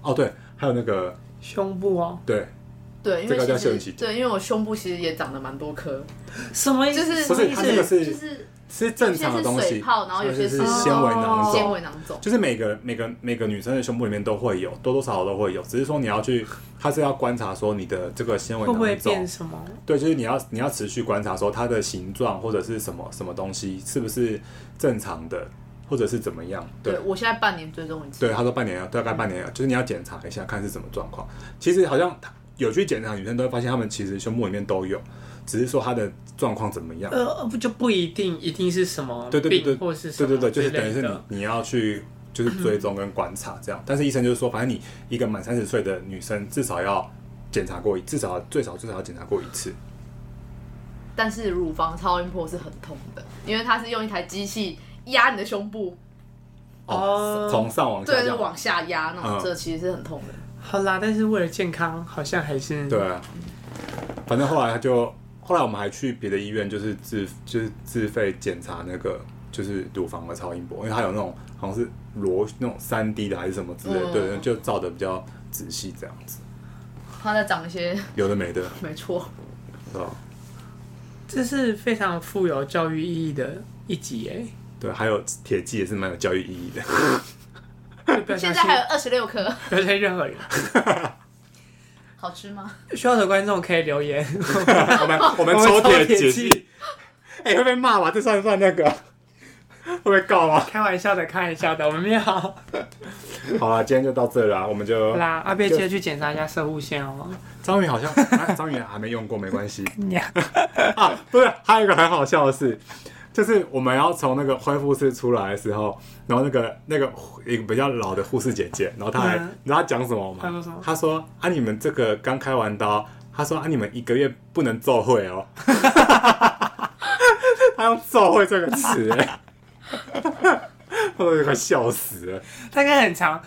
B: 哦，对，还有那个
A: 胸部哦，
B: 对，
C: 对，因
B: 这
C: 为
B: 个叫
C: 其
B: 休
C: 实
B: 息
C: 对，因为我胸部其实也长了蛮多颗，
A: 什么意思？
C: 就是
B: 不
A: 什么
B: 是
A: 意
B: 它那个
A: 思？
C: 就是是
B: 是正常的东
C: 有些
B: 西，
C: 是水泡然后有些
B: 是
C: 是
B: 纤维囊
A: 哦
B: 肿
C: 纤，维囊肿。
B: 就是每个每个每个女生的胸部里面都会有，多多少少都会有，只是说你要去，它是要观察说你的这个纤维
A: 会不会
B: 囊
A: 变
B: 肿，
A: 什么？
B: 对，就是你要你要持续观察说它的形状或者是什么什么东西是不是正常的，或者是怎么样，对。
C: 对，我现在半年追踪一次。
B: 对，他说半年，大概半年，就是你要检查一下，看是什么状况。其实好像有去检查，女生都会发现她们其实胸部里面都有，只是说她的状况怎么样。
A: 呃，不就不一定一定是什么
B: 对对对对
A: 病或是什
B: 对
A: 么
B: 对对，就
A: 之
B: 是
A: 类
B: 等于是
A: 的
B: 你你要去就是追踪跟观察这样。但是医生就是说，反正你一个满三十岁的女生至少要检查过一，至少最少最少要检查过一次。
C: 但是乳房超音波是很痛的，因为它是用一台机器压你的胸部，
A: 哦
B: 从上往下
C: 对，
B: 这
C: 就
B: 样。
C: 往下压那种
B: 嗯，
C: 这其实是很痛的。
A: 好啦，但是为了健康，好像还是
B: 对啊，反正后来他就后来我们还去别的医院，就是自就是自费检查那个就是乳房的超音波，因为它有那种好像是螺那种三 D 的还是什么之类的，
C: 嗯
B: 对，就照的比较仔细这样子，
C: 它在长一些，
B: 有的没的，
C: 没错，
B: 是吧？
A: 这是非常富有教育意义的一集
B: [LAUGHS]
A: 哎。
B: 对，还有铁剂也是蛮有教育意义的。
A: 就不要相
C: 现在
A: 信，
C: 还有二十六颗，
A: [LAUGHS] 不要相信任何人。 [LAUGHS]
C: 好吃吗？
A: 需要的观众可以留言，
B: 我们 [LAUGHS] 我们
A: 我们
B: 抽
A: 抽
B: 铁
A: 铁
B: 解
A: 剂
B: 剂， [LAUGHS] 哎、会被骂吧？这算不算那个？ [LAUGHS] 会被告吗？
A: 开玩笑的，开玩笑的，我们没有。好
B: 好了，今天就到这了啊，我们就
A: 啦，阿贝记得去检查一下射护线哦。 [LAUGHS]
B: 章鱼好像，啊章鱼还没用过，没关系。
A: 娘
B: [LAUGHS] 啊，不是，还有一个很好笑的事，就是我们要从那个恢复室出来的时候，然后那个那个一个比较老的护士姐姐，然后她还，
A: 嗯
B: 你知道她讲什么吗？
A: 她说什么
B: 她说啊，你们这个刚开完刀，她说啊，你们一个月不能奏会哦。 [LAUGHS] 她用“奏会”这个词、欸， [LAUGHS] 我都快笑死了。 [LAUGHS]
A: 大概很常，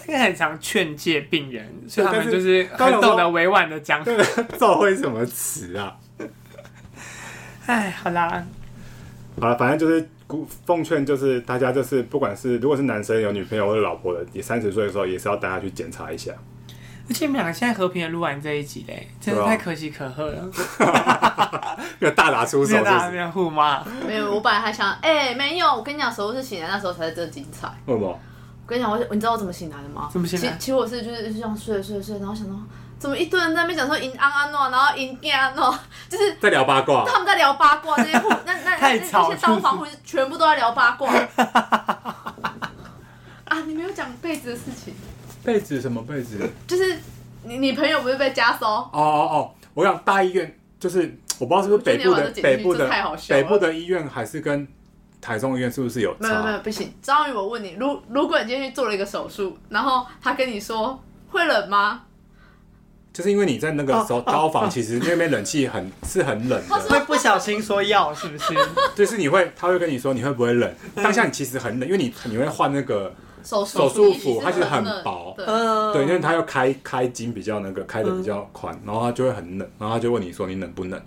A: 大概很常劝诫病人，所以他
B: 但
A: 们
B: 是
A: 就是
B: 当
A: 很
B: 然我
A: 懂得委婉的讲。
B: 奏会什么词啊？
A: 哎，好啦，
B: 好了，反正就是鼓奉劝，就是大家就是不管是如果是男生有女朋友或者老婆的，也三十岁的时候也是要带他去检查一下。
A: 而且你们两个现在和平的录完这一集嘞，真的
B: 对啊
A: 太可喜可贺了，
B: 有大打出手，是
A: 真
B: 不
A: 的还
B: 是
A: 没？有互骂，
C: 没有，我本来还想，哎、没有，我跟你讲，手术室醒来那时候才是真的精彩。
B: 为什么？
C: 我跟你讲，我你知道我怎么醒来的吗？
A: 怎么醒来
C: 其其实我是就是这样睡了睡了睡了，然后想到怎么一堆人在那边讲说赢安安诺，然后赢安诺， [LAUGHS] 就是
B: 在聊八卦，
C: 他们在聊八卦，
B: [LAUGHS]
C: 那些护那那那
A: 太
C: 那
A: 吵
C: 些刀房护士全部都在聊八卦。 [LAUGHS] 啊，你没有讲被子的事情，
B: 被子什么被子？
C: 就是你你朋友不是被加收？
B: 哦哦哦，我想大医院就是我不知道是不是北部
C: 我觉得你要把
B: 的
C: 这剪进去
B: 北部
C: 这太好
B: 的
C: 笑了
B: 北部的医院还是跟台中医院是不是有
C: 没有没有
B: 差？
C: 不行，张宇，我问你，如如果你今天去做了一个手术，然后他跟你说会冷吗？
B: 就是因为你在那个时
C: 哦
B: 候刀房，其实那边冷气
C: [LAUGHS]
B: 很是很冷的，
A: [LAUGHS] 会不小心说要是 [LAUGHS] 不是？
B: 就是你会他会跟你说你会不会冷，当下你其实很冷，因为你你会换那个
C: 手
B: 手术服
C: 衣其实
B: 它其实很
C: 冷
B: 薄
C: 对，
A: 嗯，
B: 对，因为他要开开筋比较那个开的比较宽，然后他就会很冷，然后他就问你说你冷不冷？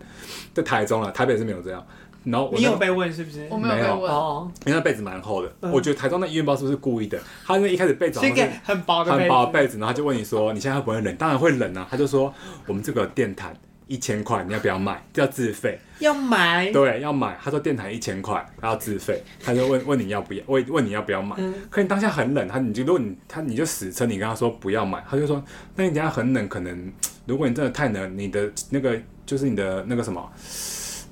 B: 在台中啊了，台北是没有这样。然后我
A: 你
B: 那
A: 有被问是不是
C: 我？没有
B: 没
C: 被
B: 有
C: 问，
A: 哦，
B: 因为那被子蛮厚的，
A: 嗯
B: 我觉得台中那医院不知道是不是故意的，他那一开始被子好
A: 是一
B: 像
A: 个
B: 是
A: 很薄的
B: 很
A: 被
B: 薄
A: 子，
B: 被子，然后他就问你说你现在会不会冷？当然会冷啊，他就说我们这个电毯一千块，你要不要买？要自费，
A: 要买，
B: 对，要买。他说电毯一千块，他要自费，他就问问你要不要，问问你要不要买。
A: 嗯
B: 可你当下很冷，他你就如果你他你就死撑，你跟他说不要买，他就说那你等下很冷，可能如果你真的太冷，你的那个就是你的那个什么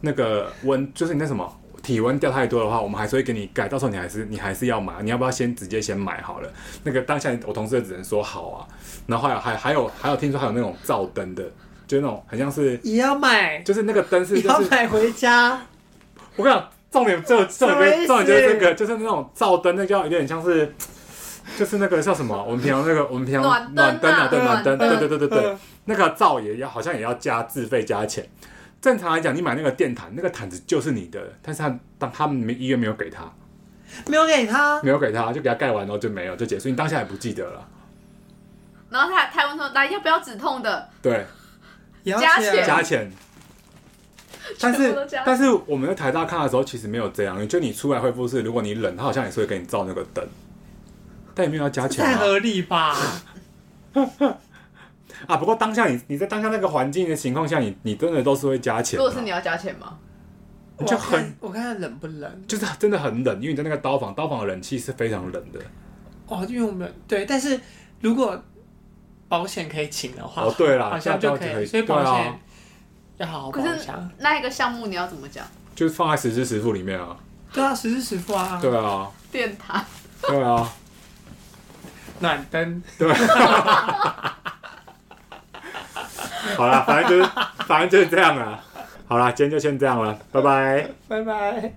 B: 那个温，就是你那什么。体温掉太多的话，我们还是会给你盖，到时候你还是你还是要买，你要不要先直接先买好了？那个当下我同事就只能说好啊，然后还有还还有还有听说还有那种照灯的，就是那种很像是
A: 也要买，
B: 就是那个灯是
A: 也
B: 就
A: 要
B: 是
A: 买回家，
B: 我跟你讲，重点这重
A: 什么意
B: 点
A: 思
B: 重点就是这个，就是那种照灯，那叫有点像是，就是那个叫什么？我们平常那个我们平常
C: 暖灯啊
B: 暖灯啊，对暖
C: 暖
B: 灯，
C: 灯
B: 对对对对对
A: 嗯，
B: 那个照也要好像也要加自费加钱。正常来讲，你买那个电毯，那个毯子就是你的，但是他当他们医院没有给他，
A: 嗯没有给他，
B: 没有给他，就给他盖完，然后就没有就结束。你当下也不记得了，
C: 然后他他还问说来要不要止痛的，
B: 对，
A: 也要
C: 加钱
B: 加钱。但
C: 啊全
B: 是
C: 部都加
B: 但是我们在台大看的时候，其实没有这样。就你出来恢复室，如果你冷，他好像也是会给你照那个灯，但也没有要加钱、
A: 太
B: 啊。
A: 合理吧？
B: 啊，不过当下你你在当下那个环境的情况下，你你真的都是会加钱
C: 如
B: 的啊、
C: 果是你要加钱吗？
A: 我
B: [LAUGHS] 就
A: 看
B: 很
A: 我看他冷不冷
B: 就是真的很冷，因为你在那个刀房，刀房的冷气是非常冷的。
A: 哦，因为我们对，但是如果保险可以请的话，
B: 哦，对啦，
A: 好像
B: 这
A: 就
B: 样
A: 可
B: 可
A: 以，所以
B: 对
A: 保
B: 啊
A: 险，要好好保
C: 可
A: 一
C: 是
A: 下。
C: 那一个项目你要怎么讲？
B: 就是放在实支实付里面啊。
A: 对啊，实支实付啊，
B: 对啊，
C: 电塔，
B: 对啊，
A: 暖灯
B: 对。啊 [LAUGHS] 好啦，反正就是反正就是这样啦。好啦，今天就先这样了，拜拜。
A: 拜拜。